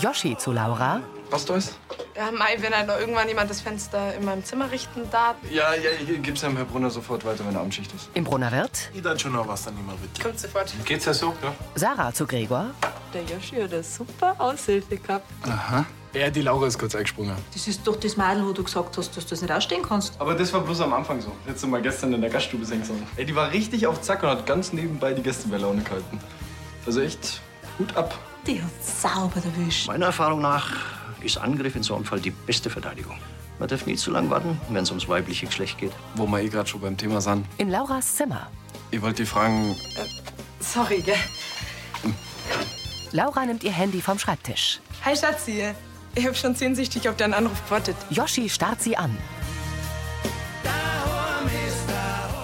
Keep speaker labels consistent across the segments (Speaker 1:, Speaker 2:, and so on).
Speaker 1: Joschi zu Laura.
Speaker 2: Was, Dois?
Speaker 3: Ja, Mai, wenn halt noch irgendwann jemand das Fenster in meinem Zimmer richten darf,
Speaker 2: Ja, ja, ich gib's Herrn Herr Brunner sofort weiter, wenn er Abendschicht ist.
Speaker 1: Im Brunnerwirt.
Speaker 4: Ich dann schon noch was dann immer mit.
Speaker 3: kommt sofort.
Speaker 4: Geht's ja so, ja?
Speaker 1: Sarah zu Gregor.
Speaker 5: Der Joschi hat eine super Aushilfe gehabt.
Speaker 4: Ja, die Laura ist kurz eingesprungen.
Speaker 5: Das ist doch das Mädel, wo du gesagt hast, dass du das nicht ausstehen kannst.
Speaker 2: Aber das war bloß am Anfang so. Hättest du mal gestern in der Gaststube singen sollen. Ey, die war richtig auf Zack und hat ganz nebenbei die Gäste bei Laune gehalten. Also echt, Hut ab.
Speaker 5: Die hat sauber erwischt.
Speaker 6: Meiner Erfahrung nach ist Angriff in so einem Fall die beste Verteidigung. Man darf nie zu lang warten, wenn es ums weibliche Geschlecht geht.
Speaker 2: Wo wir eh gerade schon beim Thema sind.
Speaker 1: In Lauras Zimmer.
Speaker 2: Ich wollte die fragen,
Speaker 3: Sorry, gell?
Speaker 1: Laura nimmt ihr Handy vom Schreibtisch.
Speaker 3: Hi, Schatzi. Ich hab schon sehnsüchtig auf deinen Anruf gewartet.
Speaker 1: Joschi starrt sie an.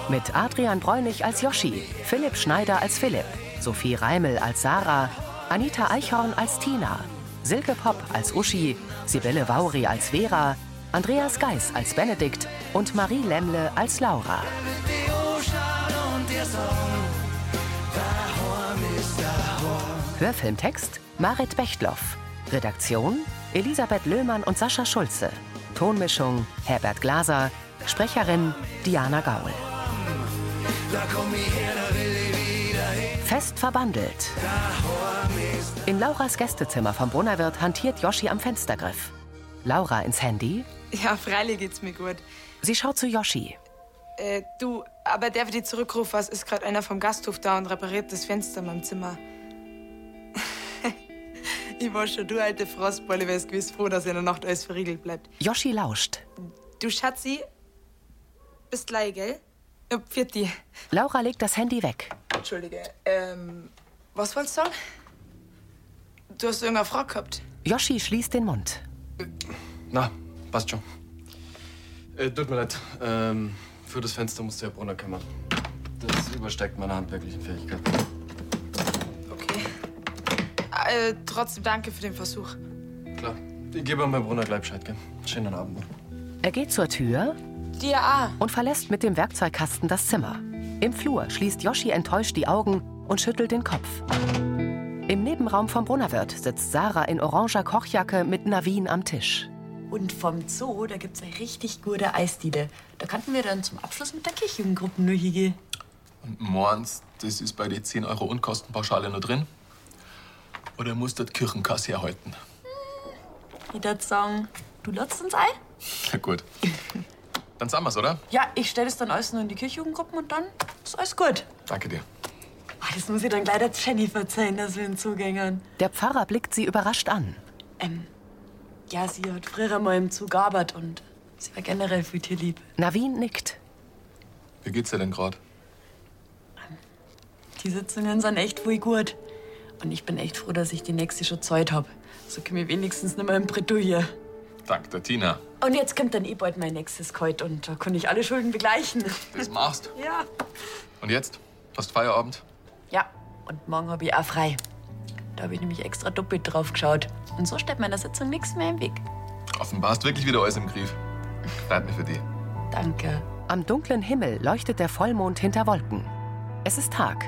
Speaker 1: Mit Adrian Bräunig als Joschi, Philipp Schneider als Philipp, Sophie Reimel als Sarah, Anita Eichhorn als Tina, Silke Popp als Uschi, Sibylle Vauri als Vera, Andreas Geis als Benedikt und Marie Lemle als Laura. Hörfilmtext Marit Bechtloff. Redaktion Elisabeth Löhmann und Sascha Schulze. Tonmischung Herbert Glaser. Sprecherin Diana Gaul. Fest verbandelt. In Lauras Gästezimmer vom Brunnerwirt hantiert Joschi am Fenstergriff. Laura ins Handy.
Speaker 3: Ja, freilich geht's mir gut.
Speaker 1: Sie schaut zu Joschi.
Speaker 3: Äh, du, aber der, der zurückruft, was ist gerade einer vom Gasthof da und repariert das Fenster in meinem Zimmer. ich war schon, du alte Frostbeule, wärst gewiss froh, dass in der Nacht alles verriegelt bleibt.
Speaker 1: Joschi lauscht.
Speaker 3: Du, Schatzi, bist gleich, gell? Ja, Pfiat
Speaker 1: Laura legt das Handy weg.
Speaker 3: Entschuldige, ähm, was wolltest du sagen? Du hast irgendeine Frage gehabt.
Speaker 1: Joschi schließt den Mund.
Speaker 2: na, passt schon. Äh, tut mir leid, ähm, für das Fenster musste Herr Brunner kümmern. Das übersteigt meine handwerklichen Fähigkeiten.
Speaker 3: Okay. Äh, trotzdem danke für den Versuch.
Speaker 2: Klar, ich gebe Herrn Brunner gleich Bescheid, gell? Schönen Abend.
Speaker 1: Er geht zur Tür
Speaker 3: Dir auch.
Speaker 1: und verlässt mit dem Werkzeugkasten das Zimmer. Im Flur schließt Yoshi enttäuscht die Augen und schüttelt den Kopf. Im Nebenraum vom Brunnerwirt sitzt Sarah in oranger Kochjacke mit Navin am Tisch.
Speaker 7: Und vom Zoo, da gibt's eine richtig gute Eisdiele. Da kannten wir dann zum Abschluss mit der Kirchenjugendgruppe nur hingehen.
Speaker 8: Und morgens, das ist bei den 10 Euro Unkostenpauschale nur drin. Oder muss das Kirchenkass herhalten?
Speaker 7: Ich würde sagen, du lädst uns ein?
Speaker 8: Na gut. Dann sagen wir's, oder?
Speaker 7: Ja, ich stelle das dann alles nur in die Kirchenjugendgruppen und dann ist alles gut.
Speaker 8: Danke dir.
Speaker 7: Ah, das muss ich dann gleich der Jenny verzeihen, dass wir in den Zoo gängern.
Speaker 1: Der Pfarrer blickt sie überrascht an.
Speaker 7: Ähm, ja, sie hat früher mal im Zoo gearbeitet und sie war generell für Tierlieb.
Speaker 1: Navin nickt.
Speaker 8: Wie geht's dir denn gerade?
Speaker 7: Die Sitzungen sind echt wohl gut. Und ich bin echt froh, dass ich die nächste schon Zeit habe. So können wir wenigstens nicht mehr im Bretto hier.
Speaker 8: Dank der Tina.
Speaker 7: Und jetzt kommt dann eh bald mein nächstes Kalt und da kann ich alle Schulden begleichen.
Speaker 8: Das machst.
Speaker 7: Ja.
Speaker 8: Und jetzt? Hast Feierabend?
Speaker 7: Ja, und morgen habe ich auch frei. Da habe ich nämlich extra doppelt drauf geschaut. Und so steht meiner Sitzung nichts mehr im Weg.
Speaker 8: Offenbar hast wirklich wieder alles im Griff. Freut mich für dich.
Speaker 7: Danke.
Speaker 1: Am dunklen Himmel leuchtet der Vollmond hinter Wolken. Es ist Tag.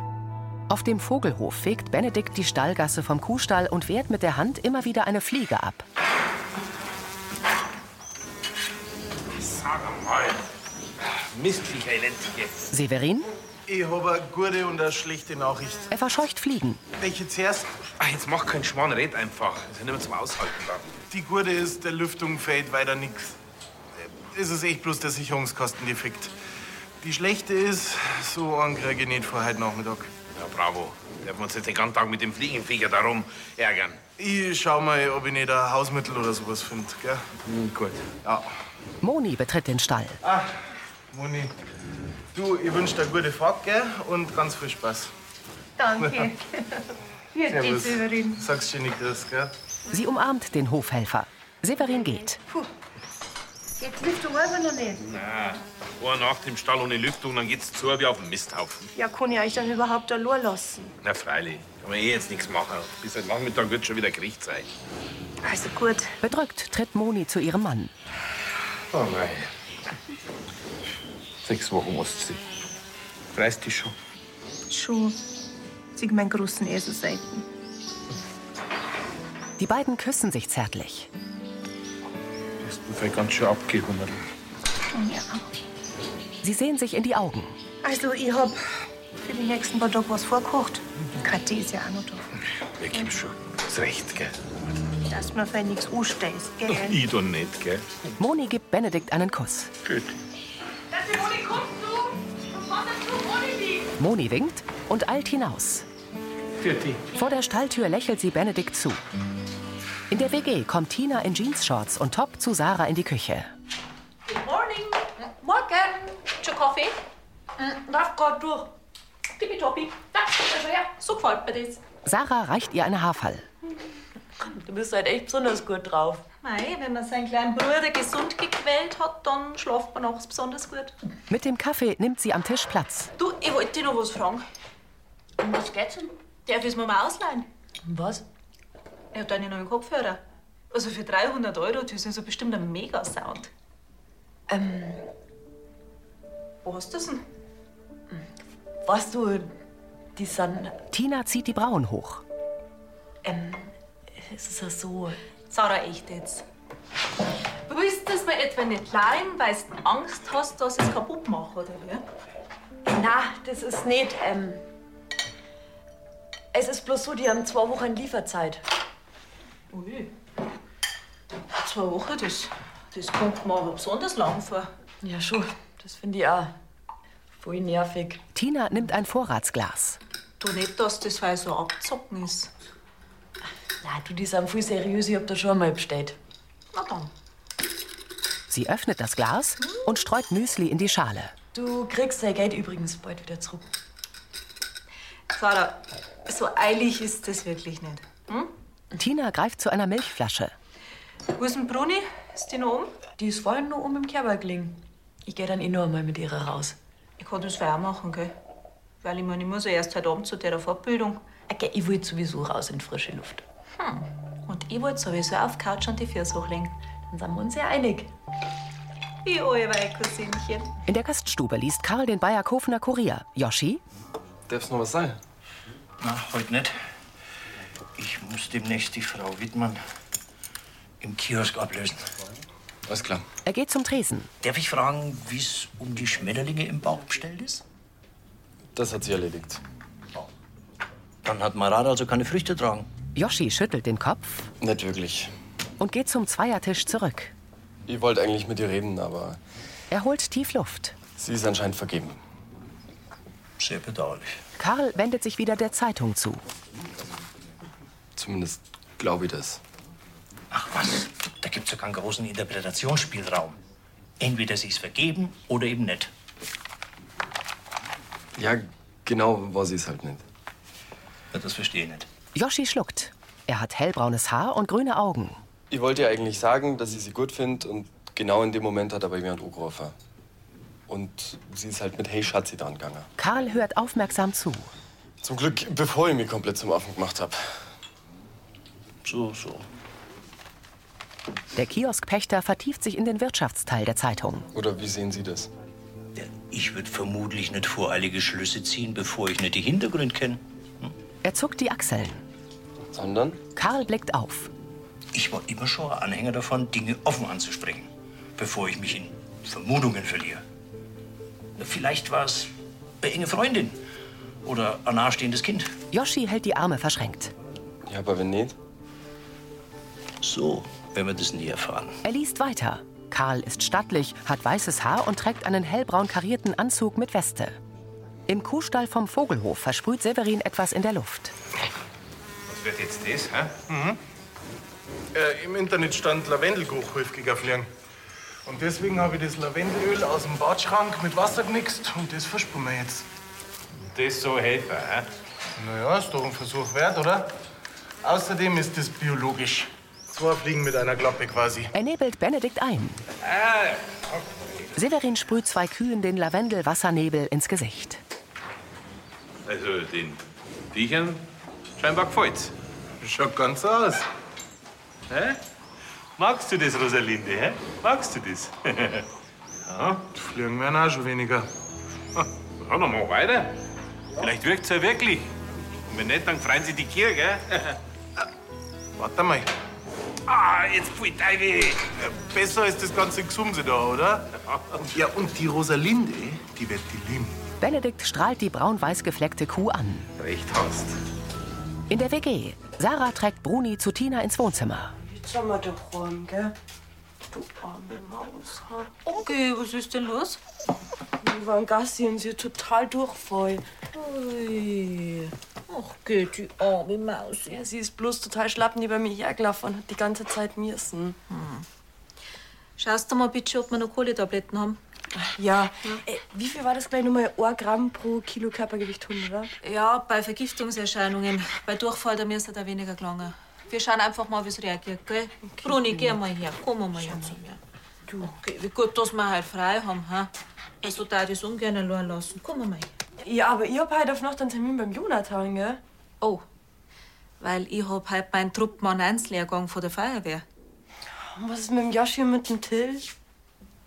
Speaker 1: Auf dem Vogelhof fegt Benedikt die Stallgasse vom Kuhstall und wehrt mit der Hand immer wieder eine Fliege ab.
Speaker 4: Sag mal. Mistlich elendige.
Speaker 1: Severin?
Speaker 4: Ich habe eine gute und eine schlechte Nachricht.
Speaker 1: Er verscheucht Fliegen.
Speaker 4: Welche zuerst?
Speaker 9: Ach, Ah, jetzt mach keinen Schmarrn, red einfach. Das ist ja nicht mehr zum Aushalten da.
Speaker 4: Die gute ist, der Lüftung fällt weiter nix. Es ist echt bloß der Sicherungskostendefekt. Die schlechte ist, so angreife ich nicht vor heute Nachmittag.
Speaker 9: Ja, bravo. Dürfen wir uns jetzt den ganzen Tag mit dem Fliegenflieger darum ärgern.
Speaker 4: Ich schau mal, ob ich nicht ein Hausmittel oder sowas finde, gell?
Speaker 9: Hm, Gut.
Speaker 4: Ja.
Speaker 1: Moni betritt den Stall.
Speaker 4: Ah, Moni. Du, ich wünsch dir eine gute Fahrt, gell? Und ganz viel Spaß.
Speaker 5: Danke. Hier
Speaker 4: Servus. Sag's schön, Chris, gell?
Speaker 1: Sie umarmt den Hofhelfer. Severin geht.
Speaker 5: Jetzt lief du aber noch nicht.
Speaker 9: Eine Nacht im Stall ohne Lüftung, dann geht's zu wie auf den Misthaufen.
Speaker 5: Ja, kann ich euch dann überhaupt allein lassen?
Speaker 9: Na, freilich. Kann man eh jetzt nichts machen. Bis heute Nachmittag wird schon wieder Gericht sein.
Speaker 5: Also gut.
Speaker 1: Bedrückt tritt Moni zu ihrem Mann.
Speaker 9: Oh nein. Sechs Wochen musst du. Freist dich schon.
Speaker 5: Schon. Sieg meinen großen Eselseiten.
Speaker 1: Die beiden küssen sich zärtlich.
Speaker 9: Das Buffet ganz schön abgehummert.
Speaker 5: Ja.
Speaker 1: Sie sehen sich in die Augen.
Speaker 5: Also, ich hab für die nächsten paar Tage was vorgekocht. Kathi ist ja auch noch da.
Speaker 9: Ich gebe schon. Das Recht, gell?
Speaker 5: Dass man für nichts anstehst, gell?
Speaker 9: Ich doch nicht, gell?
Speaker 1: Moni gibt Benedikt einen Kuss.
Speaker 9: Gut.
Speaker 1: Moni winkt und eilt hinaus. Vor der Stalltür lächelt sie Benedikt zu. In der WG kommt Tina in Jeansshorts und Top zu Sarah in die Küche.
Speaker 10: Good morning. Morgen. Schon Kaffee? Mm, Lauf grad durch. Tippitoppi. Da, da schau her. So gefällt mir das.
Speaker 1: Sarah reicht ihr eine Haarfall.
Speaker 10: Du bist halt echt besonders gut drauf. Mei, wenn man seinen kleinen Bruder gesund gequält hat, dann schlaft man nachts besonders gut.
Speaker 1: Mit dem Kaffee nimmt sie am Tisch Platz.
Speaker 10: Du, ich wollte dich noch was fragen. Um was geht's denn? Darf ich es mir mal ausleihen?
Speaker 7: Was?
Speaker 10: Ja, deine neuen Kopfhörer. Also für 300 Euro, die sind so bestimmt ein Mega-Sound.
Speaker 7: Ähm,
Speaker 10: Wo hast du das denn?
Speaker 7: weißt du, die sind,
Speaker 1: Tina zieht die Brauen hoch.
Speaker 7: ähm, es ist ja so,
Speaker 10: Sarah, echt jetzt. Willst du es mir etwa nicht leihen, weil du Angst hast, dass ich es kaputt mache, oder wie?
Speaker 7: na, das ist nicht, ähm, es ist bloß so, die haben zwei Wochen Lieferzeit.
Speaker 10: Ui. Zwei Wochen, das, das kommt mir aber besonders lang vor.
Speaker 7: Ja, schon, das finde ich auch voll nervig.
Speaker 1: Tina nimmt ein Vorratsglas.
Speaker 10: Du nicht, dass das weil so abzocken ist.
Speaker 7: Na, du, die sind voll seriös, ich hab da schon einmal bestellt.
Speaker 10: Na dann.
Speaker 1: Sie öffnet das Glas und streut Müsli in die Schale.
Speaker 7: Du kriegst dein Geld übrigens bald wieder zurück.
Speaker 10: Sarah, so eilig ist das wirklich nicht.
Speaker 1: Tina greift zu einer Milchflasche.
Speaker 10: Wo ist denn Bruni? Ist die noch um?
Speaker 7: Die ist vorhin nur um im Kerber gelegen. Ich gehe dann eh noch einmal mit ihr raus.
Speaker 10: Ich kann das vorher auch machen, gell? Weil ich meine, ich muss ja erst heute Abend zu der Fortbildung.
Speaker 7: Okay, ich will sowieso raus in frische Luft.
Speaker 10: Und ich wollte sowieso auf die Couch und die Füße hochlegen.
Speaker 7: Dann sind wir uns ja einig.
Speaker 10: Ich alle mein Cousinchen.
Speaker 1: In der Gaststube liest Karl den Bayerkofener Kurier. Yoshi?
Speaker 2: Darf's noch was sein?
Speaker 6: Na, heute nicht. Ich muss demnächst die Frau Wittmann im Kiosk ablösen.
Speaker 2: Alles klar.
Speaker 1: Er geht zum Tresen.
Speaker 6: Darf ich fragen, wie es um die Schmetterlinge im Bauch bestellt ist?
Speaker 2: Das hat sie erledigt.
Speaker 6: Dann hat Marada also keine Früchte tragen.
Speaker 1: Yoshi schüttelt den Kopf
Speaker 2: Nicht wirklich.
Speaker 1: und geht zum Zweiertisch zurück.
Speaker 2: Ich wollte eigentlich mit ihr reden, aber
Speaker 1: Er holt tief Luft.
Speaker 2: sie ist anscheinend vergeben.
Speaker 6: Sehr bedauerlich.
Speaker 1: Karl wendet sich wieder der Zeitung zu.
Speaker 2: Zumindest glaube ich das.
Speaker 6: Ach was, da gibt es sogar einen großen Interpretationsspielraum. Entweder sie ist vergeben oder eben nicht.
Speaker 2: Ja, genau war sie es halt nicht.
Speaker 6: Ja, das verstehe ich nicht.
Speaker 1: Yoshi schluckt. Er hat hellbraunes Haar und grüne Augen.
Speaker 2: Ich wollte ihr eigentlich sagen, dass ich sie gut finde und genau in dem Moment hat aber jemand angerufen. Und sie ist halt mit Hey Schatzi dran gegangen.
Speaker 1: Karl hört aufmerksam zu.
Speaker 2: Zum Glück, bevor ich mich komplett zum Affen gemacht habe.
Speaker 6: So, so.
Speaker 1: Der Kioskpächter vertieft sich in den Wirtschaftsteil der Zeitung.
Speaker 2: Oder wie sehen Sie das?
Speaker 6: Ja, ich würde vermutlich nicht voreilige Schlüsse ziehen, bevor ich nicht die Hintergründe kenne.
Speaker 1: Er zuckt die Achseln.
Speaker 2: Sondern?
Speaker 1: Karl blickt auf.
Speaker 6: Ich war immer schon ein Anhänger davon, Dinge offen anzusprechen, bevor ich mich in Vermutungen verliere. Na, Vielleicht war es eine enge Freundin oder ein nahestehendes Kind.
Speaker 1: Yoshi hält die Arme verschränkt.
Speaker 2: Ja, aber wenn nicht?
Speaker 6: So, wenn wir das nie erfahren.
Speaker 1: Er liest weiter. Karl ist stattlich, hat weißes Haar und trägt einen hellbraun karierten Anzug mit Weste. Im Kuhstall vom Vogelhof versprüht Severin etwas in der Luft.
Speaker 9: Was wird jetzt das, hä?
Speaker 4: Mhm. Äh, Im Internet stand Lavendelgeruch häufiger fliegen. Und deswegen habe ich das Lavendelöl aus dem Badschrank mit Wasser gemixt und das verspüren wir jetzt.
Speaker 9: Das so helfen, hä?
Speaker 4: Naja, ist doch ein Versuch wert, oder? Außerdem ist das biologisch. Zwei Fliegen mit einer Klappe quasi.
Speaker 1: Er nebelt Benedikt ein. Severin sprüht zwei Kühen den Lavendel-Wassernebel ins Gesicht.
Speaker 9: Also den Viechern scheinbar gefällt's.
Speaker 4: Schaut ganz so aus.
Speaker 9: Hä? Magst du das, Rosalinde, hä? Magst du das?
Speaker 4: Die Fliegen werden auch schon weniger.
Speaker 9: Ja, dann mach weiter. Vielleicht wirkt's ja wirklich. Und wenn nicht, dann freuen sie die Kirche, gell?
Speaker 4: Warte mal. Ah, jetzt pfui Teufel. Äh, Besser ist das ganze Gesumse da, oder? Ja, und die Rosalinde, die wird die lieben.
Speaker 1: Benedikt strahlt die braun-weiß gefleckte Kuh an.
Speaker 4: Recht hast.
Speaker 1: In der WG. Sarah trägt Bruni zu Tina ins Wohnzimmer.
Speaker 11: Jetzt haben wir doch rum, gell? Du arme Maus. ha?
Speaker 10: Okay, was ist denn los?
Speaker 11: Wir waren Gassi und sie hat total durchfall. Ui. Ach, geht die arme Maus. Ja, sie ist bloß total schlapp über mich hergelaufen und hat die ganze Zeit müssen.
Speaker 10: Schaust du mal bitte, ob wir noch Kohletabletten haben?
Speaker 11: Ja. Äh, wie viel war das gleich nochmal? 1 Gramm pro Kilo Körpergewicht 100, oder?
Speaker 10: Ja, bei Vergiftungserscheinungen. Bei Durchfall, da müsste da weniger gelangen. Wir schauen einfach mal, wie es reagiert, gell? Bruni, geh mal her. Komm mal her zu mir. Du. Okay, wie gut, dass wir halt frei haben, ha? Also, da das ungern allein lassen. Komm mal her.
Speaker 11: Ja, aber ich hab heute auf Nacht einen Termin beim Jonathan, gell?
Speaker 10: Oh. Weil ich hab halt meinen Truppmann 1 Lehrgang von der Feuerwehr.
Speaker 11: Und was ist mit dem Joshi und mit dem Till?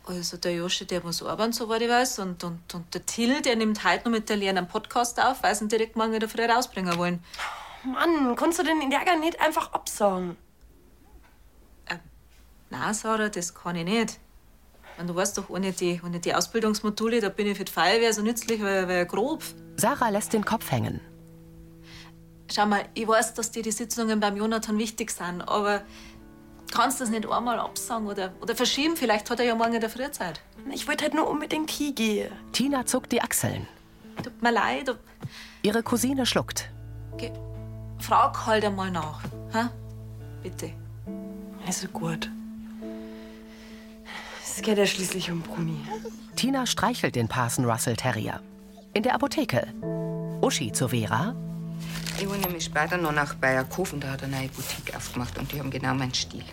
Speaker 10: Also der Josche, der muss arbeiten, soweit ich weiß. Und, und, und der Till, der nimmt heute noch mit der Lea einen Podcast auf, weil sie ihn direkt morgen wieder früh rausbringen wollen.
Speaker 11: Mann, kannst du den Ärger nicht einfach absagen?
Speaker 10: Ähm, Nein, Sarah, das kann ich nicht. Und du weißt doch, ohne die, ohne die Ausbildungsmodule, da bin ich für die Feuerwehr so nützlich, weil, weil grob.
Speaker 1: Sarah lässt den Kopf hängen.
Speaker 10: Schau mal, ich weiß, dass dir die Sitzungen beim Jonathan wichtig sind, aber kannst du das nicht einmal absagen oder, oder verschieben? Vielleicht hat er ja morgen in der Frühzeit.
Speaker 11: Ich wollte halt nur unbedingt hingehen.
Speaker 1: Tina zuckt die Achseln.
Speaker 10: Tut mir leid, ob-
Speaker 1: Ihre Cousine schluckt.
Speaker 10: frag halt einmal nach. Ha? Bitte.
Speaker 11: Also gut. Es geht ja schließlich um Bruni.
Speaker 1: Tina streichelt den Parson Russell Terrier. In der Apotheke. Uschi zu Vera.
Speaker 12: Ich war nämlich später noch nach Bayerkofen, da hat eine neue Boutique aufgemacht und die haben genau meinen Stil.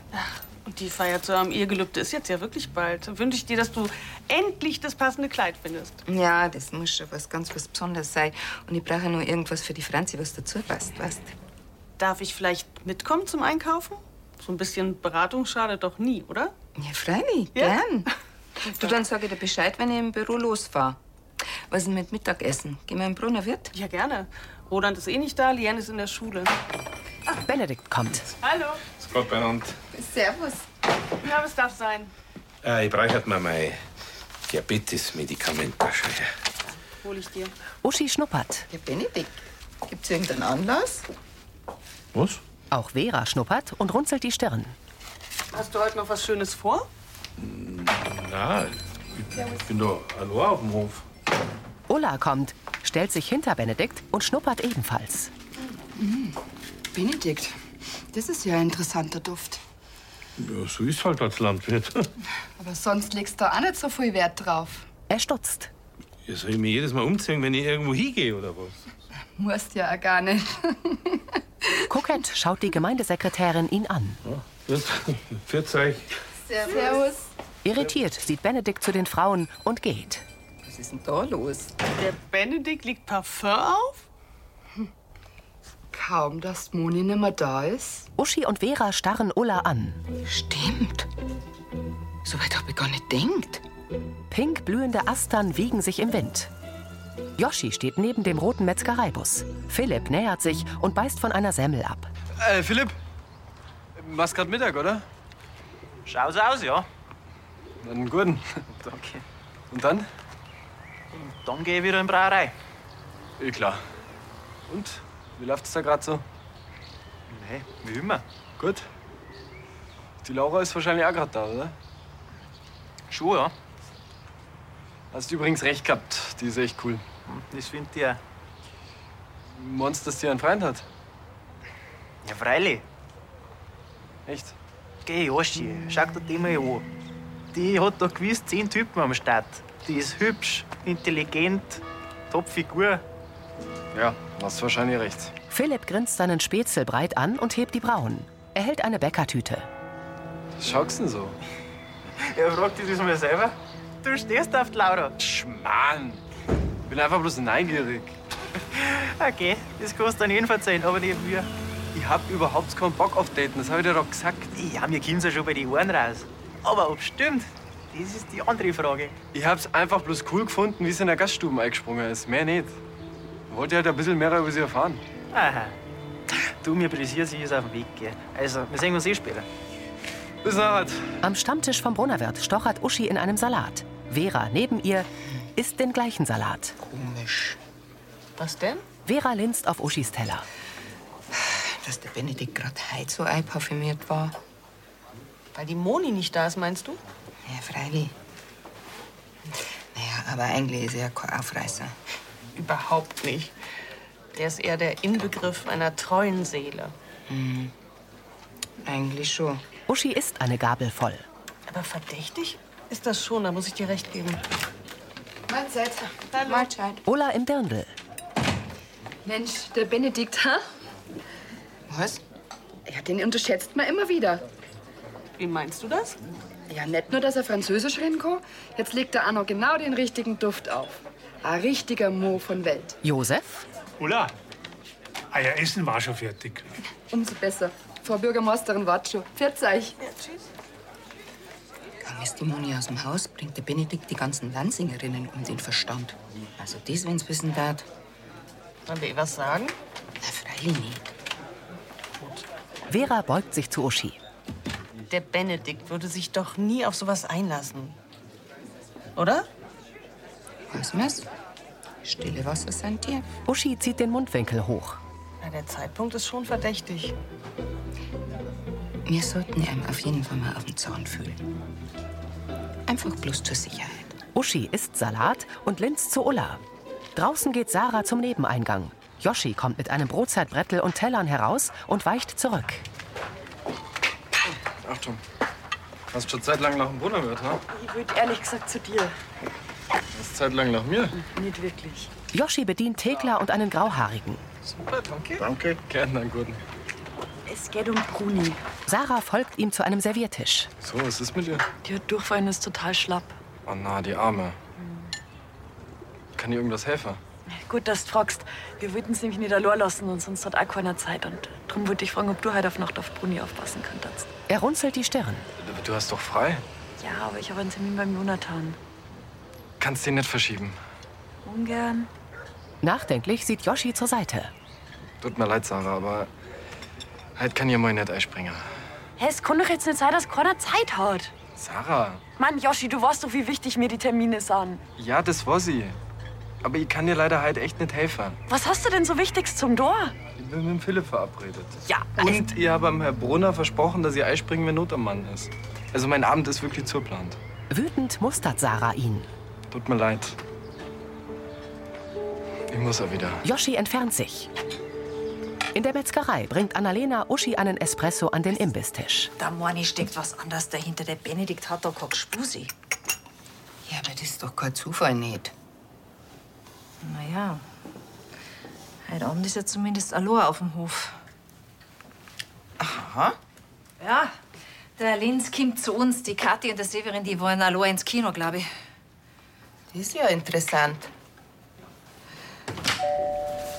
Speaker 13: Und die Feier zu einem Ehegelübde ist jetzt ja wirklich bald. Dann wünsche ich dir, dass du endlich das passende Kleid findest.
Speaker 12: Ja, das muss schon was ganz was Besonderes sein. Und ich brauche nur irgendwas für die Franzi, was dazu passt, weißt
Speaker 13: Darf ich vielleicht mitkommen zum Einkaufen? So ein bisschen Beratung schadet doch nie, oder?
Speaker 12: Ja, freilich, gern. Du, dann sag ich dir Bescheid, wenn ich im Büro losfahre. Was ist denn mit Mittagessen? Gehen wir in den Brunner Wirt?
Speaker 13: Ja, gerne. Roland ist eh nicht da, Liane ist in der Schule.
Speaker 1: Benedikt kommt.
Speaker 13: Hallo.
Speaker 14: Grüß Gott, Bernhard.
Speaker 13: Servus. Ja, was darf sein?
Speaker 14: Äh, ich brauche halt mal mein Diabetes-Medikament. da schau her.
Speaker 13: Hol ich dir.
Speaker 1: Uschi schnuppert.
Speaker 12: Ja, Benedikt, gibt's irgendeinen Anlass?
Speaker 1: Was? Auch Vera schnuppert und runzelt die Stirn.
Speaker 13: Hast du heute noch was Schönes vor?
Speaker 9: Hm,
Speaker 14: Na, ich bin da allein auf dem Hof.
Speaker 1: Ulla kommt, stellt sich hinter Benedikt und schnuppert ebenfalls.
Speaker 15: Benedikt, das ist ja ein interessanter Duft.
Speaker 9: Ja, so ist halt als Landwirt.
Speaker 15: Aber sonst legst du auch nicht so viel Wert drauf.
Speaker 1: Er stutzt.
Speaker 9: Ja, soll ich mich jedes Mal umziehen, wenn ich irgendwo hingehe oder was?
Speaker 15: Musst ja auch gar nicht.
Speaker 1: Kokett schaut die Gemeindesekretärin ihn an.
Speaker 15: Oh.
Speaker 14: Pfiat euch.
Speaker 15: Servus.
Speaker 1: Irritiert sieht Benedikt zu den Frauen und geht.
Speaker 12: Was ist denn da los?
Speaker 13: Der Benedikt liegt Parfum auf?
Speaker 15: Kaum, dass Moni nicht mehr da ist.
Speaker 1: Uschi und Vera starren Ulla an.
Speaker 15: Stimmt.
Speaker 1: So weit hab ich gar nicht denkt. Pink blühende Astern wiegen sich im Wind. Yoshi steht neben dem roten Metzgereibus. Philipp nähert sich und beißt von einer Semmel ab.
Speaker 2: Äh, Philipp, machst grad Mittag, oder?
Speaker 16: Schau's aus, ja.
Speaker 2: Einen guten.
Speaker 16: Danke.
Speaker 2: Und dann?
Speaker 16: Dann geh ich wieder in die Brauerei.
Speaker 2: Eh klar. Und? Wie läuft's da grad so?
Speaker 16: Nee, wie immer.
Speaker 2: Gut. Die Laura ist wahrscheinlich auch grad da, oder?
Speaker 16: Schon, ja.
Speaker 2: Hast übrigens recht gehabt. Die ist echt cool.
Speaker 16: Hm, Das findet ihr.
Speaker 2: Meinst du, dass die einen Freund hat?
Speaker 16: Ja, freilich.
Speaker 2: Echt?
Speaker 16: Geh, Joschi, schau dir die mal an. Die hat da gewiss zehn Typen am Start. Die ist hübsch, intelligent, Topfigur.
Speaker 2: Ja, hast wahrscheinlich recht.
Speaker 1: Philipp grinst seinen Spätzle breit an und hebt die Brauen. Er hält eine Bäckertüte.
Speaker 2: Was schaust du denn so?
Speaker 16: Ja, frag dich das mal selber. Du stehst auf die Laura.
Speaker 2: Schmarrn. Ich bin einfach bloß neugierig.
Speaker 16: Okay, das kannst du dann jeden verzeihen, aber nicht mir.
Speaker 2: Ich hab überhaupt keinen Bock auf Daten, das hab ich dir doch gesagt.
Speaker 16: Ja, mir kommt's ja schon bei den Ohren raus. Aber ob stimmt, das ist die andere Frage.
Speaker 2: Ich hab's einfach bloß cool gefunden, wie sie in der Gaststube eingesprungen ist. Mehr nicht. Ich wollte halt ein bisschen mehr über sie erfahren.
Speaker 16: Aha. Du, mir brisier sie ist auf dem Weg, gell? Also, wir sehen uns eh später. Bis nachher.
Speaker 1: Am Stammtisch vom Brunnerwirt stochert Uschi in einem Salat. Vera neben ihr isst den gleichen Salat. Komisch.
Speaker 12: Was denn?
Speaker 1: Vera linst auf Uschis Teller.
Speaker 12: Dass der Benedikt gerade heute so einparfümiert war.
Speaker 11: Weil die Moni nicht da ist, meinst du?
Speaker 12: Ja, freilich. Naja, aber eigentlich ist er ja kein Aufreißer.
Speaker 11: Überhaupt nicht. Der ist eher der Inbegriff einer treuen Seele.
Speaker 12: Hm. Eigentlich schon.
Speaker 1: Uschi isst eine Gabel voll.
Speaker 11: Aber verdächtig ist das schon, da muss ich dir recht geben.
Speaker 15: Mahlzeit. Mahlzeit.
Speaker 1: Ola im Dirndl.
Speaker 15: Mensch, der Benedikt, ha?
Speaker 12: Was?
Speaker 15: Ja, den unterschätzt man immer wieder.
Speaker 11: Wie meinst du das?
Speaker 15: Ja, nicht nur, dass er Französisch reden kann, jetzt legt er auch noch genau den richtigen Duft auf. Ein richtiger Mo von Welt.
Speaker 1: Josef?
Speaker 17: Ulla, euer Essen war schon fertig.
Speaker 15: Umso besser. Frau Bürgermeisterin wart schon. Pfiat euch.
Speaker 12: Gang ist die Moni aus dem Haus, bringt der Benedikt die ganzen Lansingerinnen um den Verstand. Also das, wenn's wissen darf.
Speaker 11: Wollen wir ihr was sagen?
Speaker 12: Na, freilich nicht.
Speaker 1: Vera beugt sich zu Uschi.
Speaker 11: Der Benedikt würde sich doch nie auf sowas einlassen. Oder?
Speaker 12: Was, Miss? Stille Wasser sind dir.
Speaker 1: Uschi zieht den Mundwinkel hoch.
Speaker 11: Na, der Zeitpunkt ist schon verdächtig.
Speaker 12: Wir sollten ihm auf jeden Fall mal auf den Zaun fühlen. Einfach bloß zur Sicherheit.
Speaker 1: Uschi isst Salat und linst zu Ulla. Draußen geht Sarah zum Nebeneingang. Yoshi kommt mit einem Brotzeitbrettel und Tellern heraus und weicht zurück.
Speaker 2: Achtung. Hast schon Zeit lang nach dem Brunnerwirt, ne?
Speaker 11: Ich würde ehrlich gesagt zu dir.
Speaker 2: Hast Zeit lang nach mir?
Speaker 11: Nicht wirklich.
Speaker 1: Yoshi bedient Thekla und einen Grauhaarigen.
Speaker 2: Super, danke. Danke. Gerne, einen guten.
Speaker 7: Es geht um Bruni.
Speaker 1: Sarah folgt ihm zu einem Serviertisch.
Speaker 2: So, Oh, was ist mit ihr?
Speaker 7: Die hat Durchfall und ist total schlapp.
Speaker 2: Oh na, die Arme.
Speaker 1: Hm.
Speaker 2: Kann ihr irgendwas helfen?
Speaker 7: Gut, dass du fragst. Wir wollten es nämlich nicht allein lassen und sonst hat auch keiner Zeit. Und darum wollte ich fragen, ob du heute auf Nacht auf Bruni aufpassen könntest.
Speaker 1: Er runzelt die Stirn.
Speaker 2: Du- Du hast doch frei.
Speaker 7: Ja, aber ich habe einen Termin beim Jonathan.
Speaker 2: Kannst den nicht verschieben.
Speaker 7: Ungern.
Speaker 1: Nachdenklich sieht Yoshi zur Seite.
Speaker 2: Tut mir leid, Sarah, aber halt kann ihr mal nicht einspringen.
Speaker 7: Hä, es kann doch jetzt nicht sein, dass keiner Zeit hat.
Speaker 2: Sarah,
Speaker 7: Mann, Yoshi, du weißt doch, wie wichtig mir die Termine sind.
Speaker 2: ja, das war sie. Aber ich kann dir leider halt echt nicht helfen.
Speaker 7: Was hast du denn so Wichtiges zum Tor?
Speaker 2: Ich bin mit dem Philipp verabredet.
Speaker 7: Ja,
Speaker 2: Und ihr habt am Herr Brunner versprochen, dass ihr einspringen, wenn Not am Mann ist. Also mein Abend ist wirklich zurplant.
Speaker 1: Wütend mustert Sarah ihn.
Speaker 2: Tut mir leid. Ich muss auch wieder.
Speaker 1: Yoshi entfernt sich. In der Metzgerei bringt Annalena Uschi einen Espresso an den Imbisstisch.
Speaker 18: Da meine ich, steckt was anderes dahinter. Der Benedikt hat da keine Spusi.
Speaker 12: Ja, aber das ist doch kein Zufall nicht.
Speaker 18: Naja, heute Abend ist er zumindest allein auf dem Hof.
Speaker 12: Aha.
Speaker 18: Ja, der Linz kommt zu uns. Die Kathi und der Severin, die wollen allein ins Kino, glaube ich.
Speaker 12: Das ist ja interessant.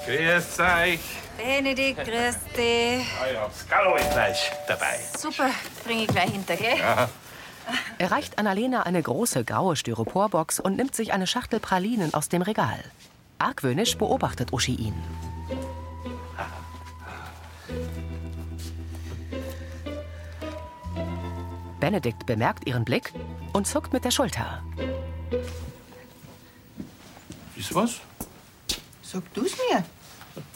Speaker 6: Grüß euch. Ah
Speaker 18: Benedikt, grüß dich.
Speaker 6: Euer Skaloid-Fleisch dabei.
Speaker 18: Super, bring ich gleich hinter, gell?
Speaker 1: Erreicht Annalena eine große graue Styroporbox und nimmt sich eine Schachtel Pralinen aus dem Regal. Argwöhnisch beobachtet Uschi ihn. Benedikt bemerkt ihren Blick und zuckt mit der Schulter.
Speaker 6: Ist was?
Speaker 1: Sag du's mir.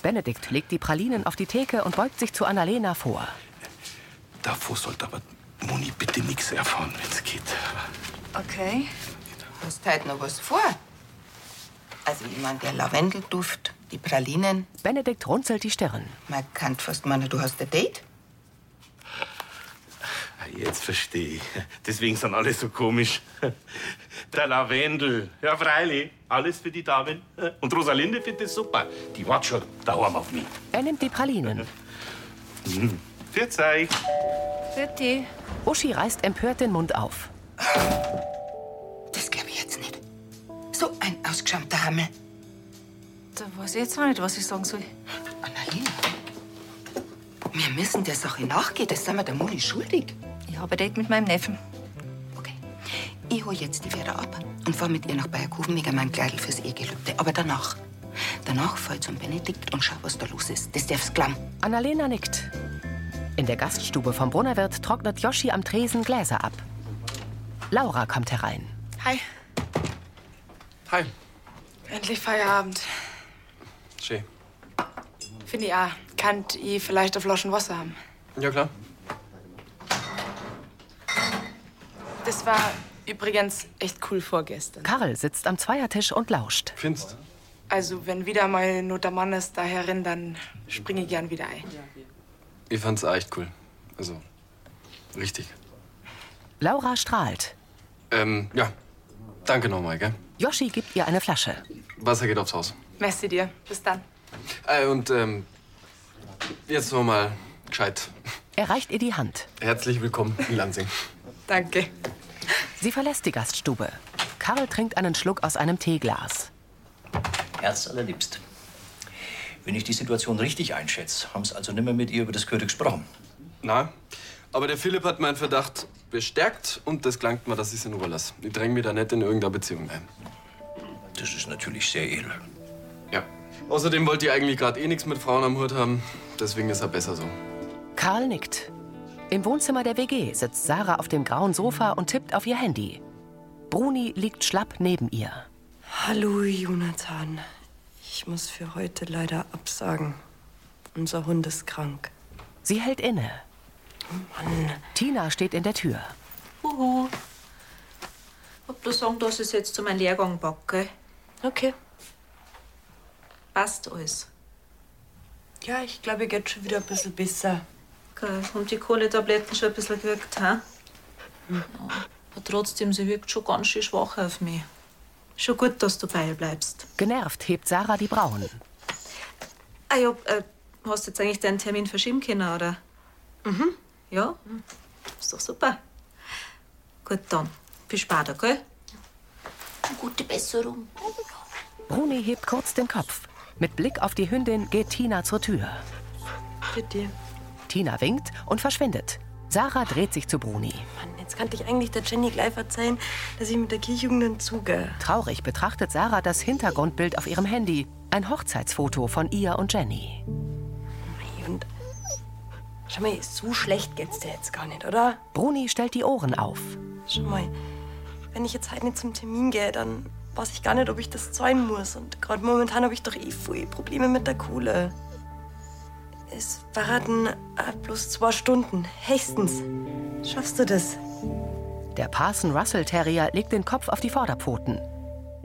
Speaker 1: Benedikt legt die Pralinen auf die Theke und beugt sich zu Annalena vor.
Speaker 14: Davor sollte aber Moni bitte nichts erfahren, wenn's geht.
Speaker 12: Okay. Hast heute noch was vor? Also, ich mein, der Lavendelduft, die Pralinen.
Speaker 1: Benedikt runzelt die Stirn.
Speaker 12: Man kann fast meinen, du hast ein Date.
Speaker 6: Ah, Jetzt verstehe ich. Deswegen sind alle so komisch. Der Lavendel. Ja, freilich. Alles für die Damen. Und Rosalinde findet es super. Die wartet schon daheim auf mich.
Speaker 1: Er nimmt die Pralinen.
Speaker 6: Mhm. Pfiat euch.
Speaker 18: Bitte.
Speaker 1: Uschi reißt empört den Mund auf.
Speaker 12: Das glaube ich jetzt nicht. So ein ausgeschäumter Hammel.
Speaker 18: Da weiß ich jetzt auch nicht, was ich sagen soll.
Speaker 12: Wir müssen der Sache nachgehen, das sind wir der Moni schuldig.
Speaker 18: Ich habe ein Date mit meinem Neffen.
Speaker 12: Ich hol jetzt die Vera ab und fahr mit ihr nach Bayerkofen wegen meinem Kleidel fürs Ehegelübde. Aber danach. Danach fahr ich zum Benedikt und schau, was da los ist. Das darf's klamm.
Speaker 1: Annalena nickt. In der Gaststube vom Brunnerwirt trocknet Joschi am Tresen Gläser ab. Laura kommt herein.
Speaker 3: Hi.
Speaker 2: Hi.
Speaker 3: Endlich Feierabend.
Speaker 2: Schön.
Speaker 3: Finde ich auch. Könnt ihr vielleicht eine Flaschen Wasser haben?
Speaker 2: Ja, klar.
Speaker 3: Das war übrigens echt cool vorgestern.
Speaker 1: Karl sitzt am Zweiertisch und lauscht.
Speaker 2: Findest
Speaker 3: Also, wenn wieder mal nur der Mann ist da herin, dann springe ich gern wieder ein.
Speaker 2: Ich fand's auch echt cool. Also, richtig.
Speaker 1: Laura strahlt.
Speaker 2: Ähm, ja. Danke nochmal, gell?
Speaker 1: Joschi gibt ihr eine Flasche.
Speaker 2: Wasser geht aufs Haus.
Speaker 3: Messi dir. Bis dann.
Speaker 2: Äh, und, ähm, jetzt nochmal gescheit.
Speaker 1: Er reicht ihr die Hand.
Speaker 2: Herzlich willkommen in Lansing.
Speaker 3: Danke.
Speaker 1: Sie verlässt die Gaststube. Karl trinkt einen Schluck aus einem Teeglas.
Speaker 6: Herz allerliebst. Wenn ich die Situation richtig einschätze, haben Sie also nimmer mit ihr über das Köder gesprochen.
Speaker 2: Na, aber der Philipp hat meinen Verdacht bestärkt und das klangt mir, dass ich es in Ruhe lasse. Ich dränge mich da nicht in irgendeine Beziehung ein.
Speaker 6: Das ist natürlich sehr edel.
Speaker 2: Ja. Außerdem wollte ich eigentlich gerade eh nichts mit Frauen am Hut haben. Deswegen ist er besser so.
Speaker 1: Karl nickt. Im Wohnzimmer der WG sitzt Sarah auf dem grauen Sofa und tippt auf ihr Handy. Bruni liegt schlapp neben ihr.
Speaker 11: Hallo, Jonathan. Ich muss für heute leider absagen. Unser Hund ist krank.
Speaker 1: Sie hält inne. Tina steht in der Tür.
Speaker 10: Huhu. Ob du sagen, dass ich es jetzt zu meinem Lehrgang packe?
Speaker 11: Okay.
Speaker 10: Passt alles.
Speaker 11: Ja, ich glaube, ihr geht schon wieder ein bisschen besser.
Speaker 10: Geil. Haben die Kohletabletten schon ein bisschen gewirkt, hä? Aber trotzdem, sie wirkt schon ganz schön schwach auf mich. Schon gut, dass du bei ihr bleibst.
Speaker 1: Genervt hebt Sarah die Brauen.
Speaker 10: Ah ja, äh, hast jetzt eigentlich deinen Termin verschieben können, oder? Mhm. Ja? Ist doch super. Gut, dann. Bis später, gell? Gute Besserung.
Speaker 1: Bruni hebt kurz den Kopf. Mit Blick auf die Hündin geht Tina zur Tür.
Speaker 11: Bitte.
Speaker 1: Tina winkt und verschwindet. Sarah dreht sich zu Bruni.
Speaker 11: Jetzt kann ich eigentlich der Jenny gleich verzeihen, dass ich mit der Kirchjugend dann zugehe.
Speaker 1: Traurig betrachtet Sarah das Hintergrundbild auf ihrem Handy. Ein Hochzeitsfoto von ihr und Jenny.
Speaker 11: Schau mal, so schlecht geht's dir jetzt gar nicht, oder?
Speaker 1: Bruni stellt die Ohren auf.
Speaker 11: Schau mal, wenn ich jetzt heute nicht zum Termin gehe, dann weiß ich gar nicht, ob ich das zahlen muss. Und gerade momentan habe ich doch eh viel Probleme mit der Kohle. Es warten äh, bloß zwei Stunden, höchstens. Schaffst du das?
Speaker 1: Der Parson Russell Terrier legt den Kopf auf die Vorderpfoten.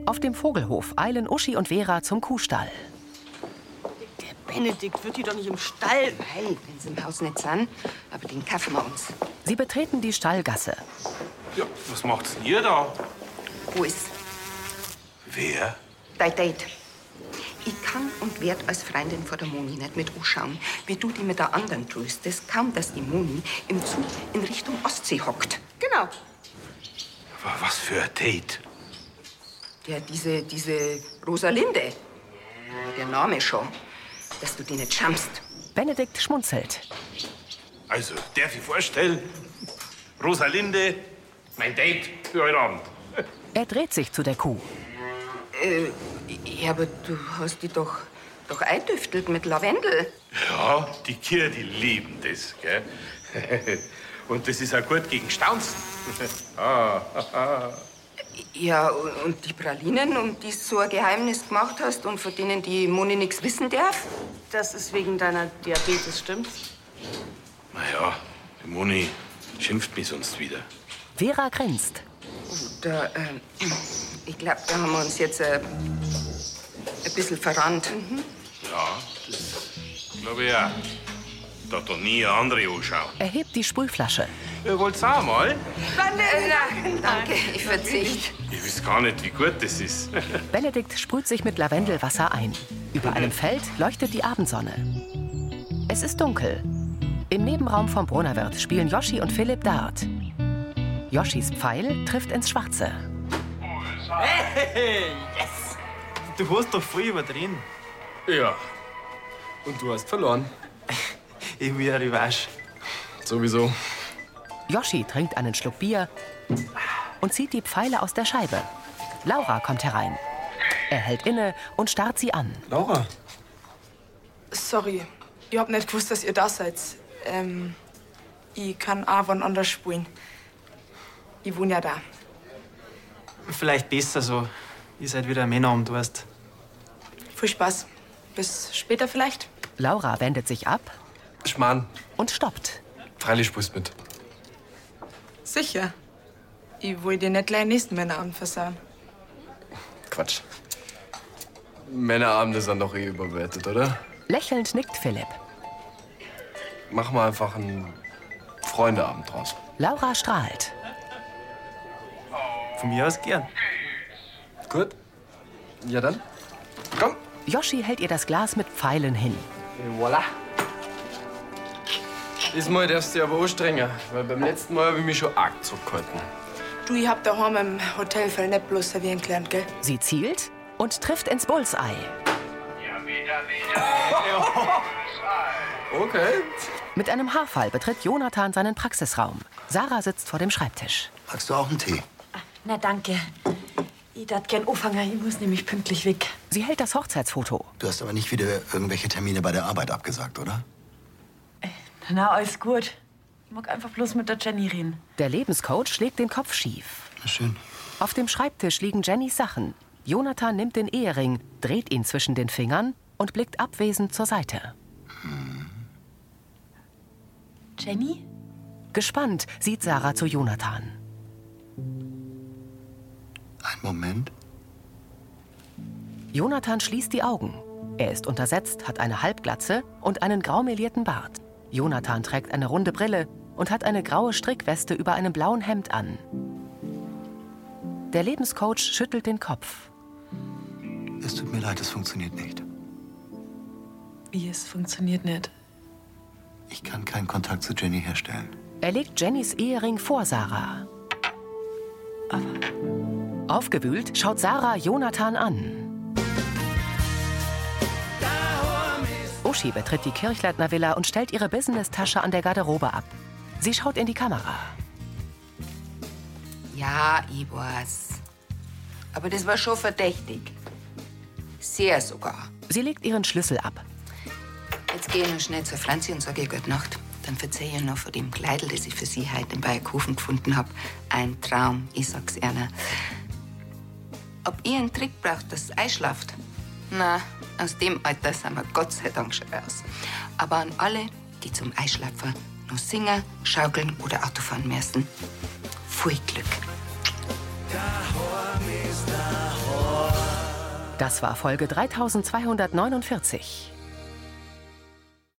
Speaker 1: Auf dem Vogelhof eilen Uschi und Vera zum Kuhstall.
Speaker 12: Benedikt wird die doch nicht im Stall. Nein, wenn sie im Haus nicht sind. Aber den kaufen wir uns.
Speaker 1: Sie betreten die Stallgasse.
Speaker 9: Ja, was macht's denn ihr da?
Speaker 12: Wo ist
Speaker 9: Wer?
Speaker 12: dein Date? Ich kann und werd als Freundin vor der Moni nicht mit anschauen, wie du die mit der anderen tröstest, kaum dass die Moni im Zug in Richtung Ostsee hockt. Genau.
Speaker 9: Wa- Was für ein Date?
Speaker 12: Ja, diese, diese Rosalinde. Der Name schon. Dass du die nicht schamst.
Speaker 1: Benedikt schmunzelt.
Speaker 9: Also, darf ich vorstellen? Rosalinde, mein Date für heute Abend.
Speaker 1: Er dreht sich zu der Kuh.
Speaker 12: Äh, ja, aber du hast die doch, doch eindüftelt mit Lavendel.
Speaker 9: Ja, die Kinder, die lieben das, gell? Und das ist auch gut gegen Staunzen. ah, haha.
Speaker 12: Ja, u- und die Pralinen, um die du so ein Geheimnis gemacht hast und von denen die Moni nichts wissen darf?
Speaker 13: Das ist wegen deiner Diabetes, stimmt's?
Speaker 9: Na ja, die Moni schimpft mich sonst wieder.
Speaker 1: Vera grinst.
Speaker 12: Da, ähm, ich glaube, da haben wir uns jetzt äh, ein bisschen verrannt.
Speaker 13: Mhm.
Speaker 12: Äh,
Speaker 9: Ja, das glaube ich auch. Da hat doch nie eine andere angeschaut.
Speaker 1: Er hebt die Sprühflasche.
Speaker 9: Ihr wollt's auch mal?
Speaker 12: Äh, nein, danke, ich verzichte.
Speaker 9: Ich weiß gar nicht, wie gut das ist.
Speaker 1: Benedikt sprüht sich mit Lavendelwasser ein. Über einem Feld leuchtet die Abendsonne. Es ist dunkel. Im Nebenraum vom Brunnerwirt spielen Joschi und Philipp Dart. Joschis Pfeil trifft ins Schwarze.
Speaker 16: Hey, yes! Du hast doch voll überdrehen.
Speaker 2: Ja. Und du hast verloren.
Speaker 16: Ich will eine Revanche.
Speaker 2: Sowieso.
Speaker 1: Joschi trinkt einen Schluck Bier und zieht die Pfeile aus der Scheibe. Laura kommt herein. Er hält inne und starrt sie an.
Speaker 2: Laura.
Speaker 3: Sorry, ich hab nicht gewusst, dass ihr da seid. Ähm, ich kann auch wann anders spielen. Ich wohne ja da.
Speaker 16: Vielleicht besser so. Ihr seid wieder Männer und du weißt.
Speaker 3: Viel Spaß. Bis später vielleicht.
Speaker 1: Laura wendet sich ab.
Speaker 2: Schmarrn.
Speaker 1: Und stoppt.
Speaker 2: Freilich spielst mit.
Speaker 3: Sicher. Ich will dir nicht gleich den nächsten Männerabend versauen.
Speaker 2: Quatsch. Männerabende sind doch eh überbewertet, oder?
Speaker 1: Lächelnd nickt Philipp.
Speaker 2: Machen wir einfach einen Freundeabend draus.
Speaker 1: Laura strahlt.
Speaker 16: Von mir aus gern.
Speaker 2: Gut. Ja dann. Komm.
Speaker 1: Yoshi hält ihr das Glas mit Pfeilen hin.
Speaker 16: Äh,
Speaker 2: Voilà. Diesmal darfst du dich aber auch strenger, weil beim letzten Mal habe ich mich schon arg zurückgehalten.
Speaker 3: Du, ich hab daheim im Hotel voll nicht bloß servieren gelernt, gell?
Speaker 1: Sie zielt und trifft ins Bullseye.
Speaker 2: Okay.
Speaker 1: Mit einem Haarfall betritt Jonathan seinen Praxisraum. Sarah sitzt vor dem Schreibtisch.
Speaker 19: Magst du auch einen Tee?
Speaker 7: Na danke. Ich darf gern anfangen, ich muss nämlich pünktlich weg.
Speaker 1: Sie hält das Hochzeitsfoto.
Speaker 19: Du hast aber nicht wieder irgendwelche Termine bei der Arbeit abgesagt, oder?
Speaker 7: Na, alles gut. Ich mag einfach bloß mit der Jenny reden.
Speaker 1: Der Lebenscoach schlägt den Kopf schief.
Speaker 19: Na schön.
Speaker 1: Auf dem Schreibtisch liegen Jennys Sachen. Jonathan nimmt den Ehering, dreht ihn zwischen den Fingern und blickt abwesend zur Seite.
Speaker 7: Jenny?
Speaker 1: Gespannt sieht Sarah zu Jonathan.
Speaker 19: Ein Moment.
Speaker 1: Jonathan schließt die Augen. Er ist untersetzt, hat eine Halbglatze und einen graumelierten Bart. Jonathan trägt eine runde Brille und hat eine graue Strickweste über einem blauen Hemd an. Der Lebenscoach schüttelt den Kopf.
Speaker 19: Es tut mir leid, es funktioniert nicht.
Speaker 7: Wie, es funktioniert nicht.
Speaker 19: Ich kann keinen Kontakt zu Jenny herstellen.
Speaker 1: Er legt Jennys Ehering vor Sarah. Aufgewühlt schaut Sarah Jonathan an. Uschi betritt die Kirchleitner Villa und stellt ihre Business-Tasche an der Garderobe ab. Sie schaut in die Kamera.
Speaker 12: Ja, ich weiß. Aber das war schon verdächtig. Sehr sogar.
Speaker 1: Sie legt ihren Schlüssel ab.
Speaker 12: Jetzt gehe ich noch schnell zur Franzi und sage ihr Gute Nacht. Dann verzeihe ich noch von dem Kleidel, das ich für sie heute in Bayerkofen gefunden habe. Ein Traum, ich sag's Erna. Ob ihr einen Trick braucht, dass es einschlaft? Na, aus dem Alter sind wir Gott sei Dank schon raus. Aber an alle, die zum Eischlapfer nur singen, schaukeln oder Autofahren müssen, viel Glück.
Speaker 1: Das war Folge 3249.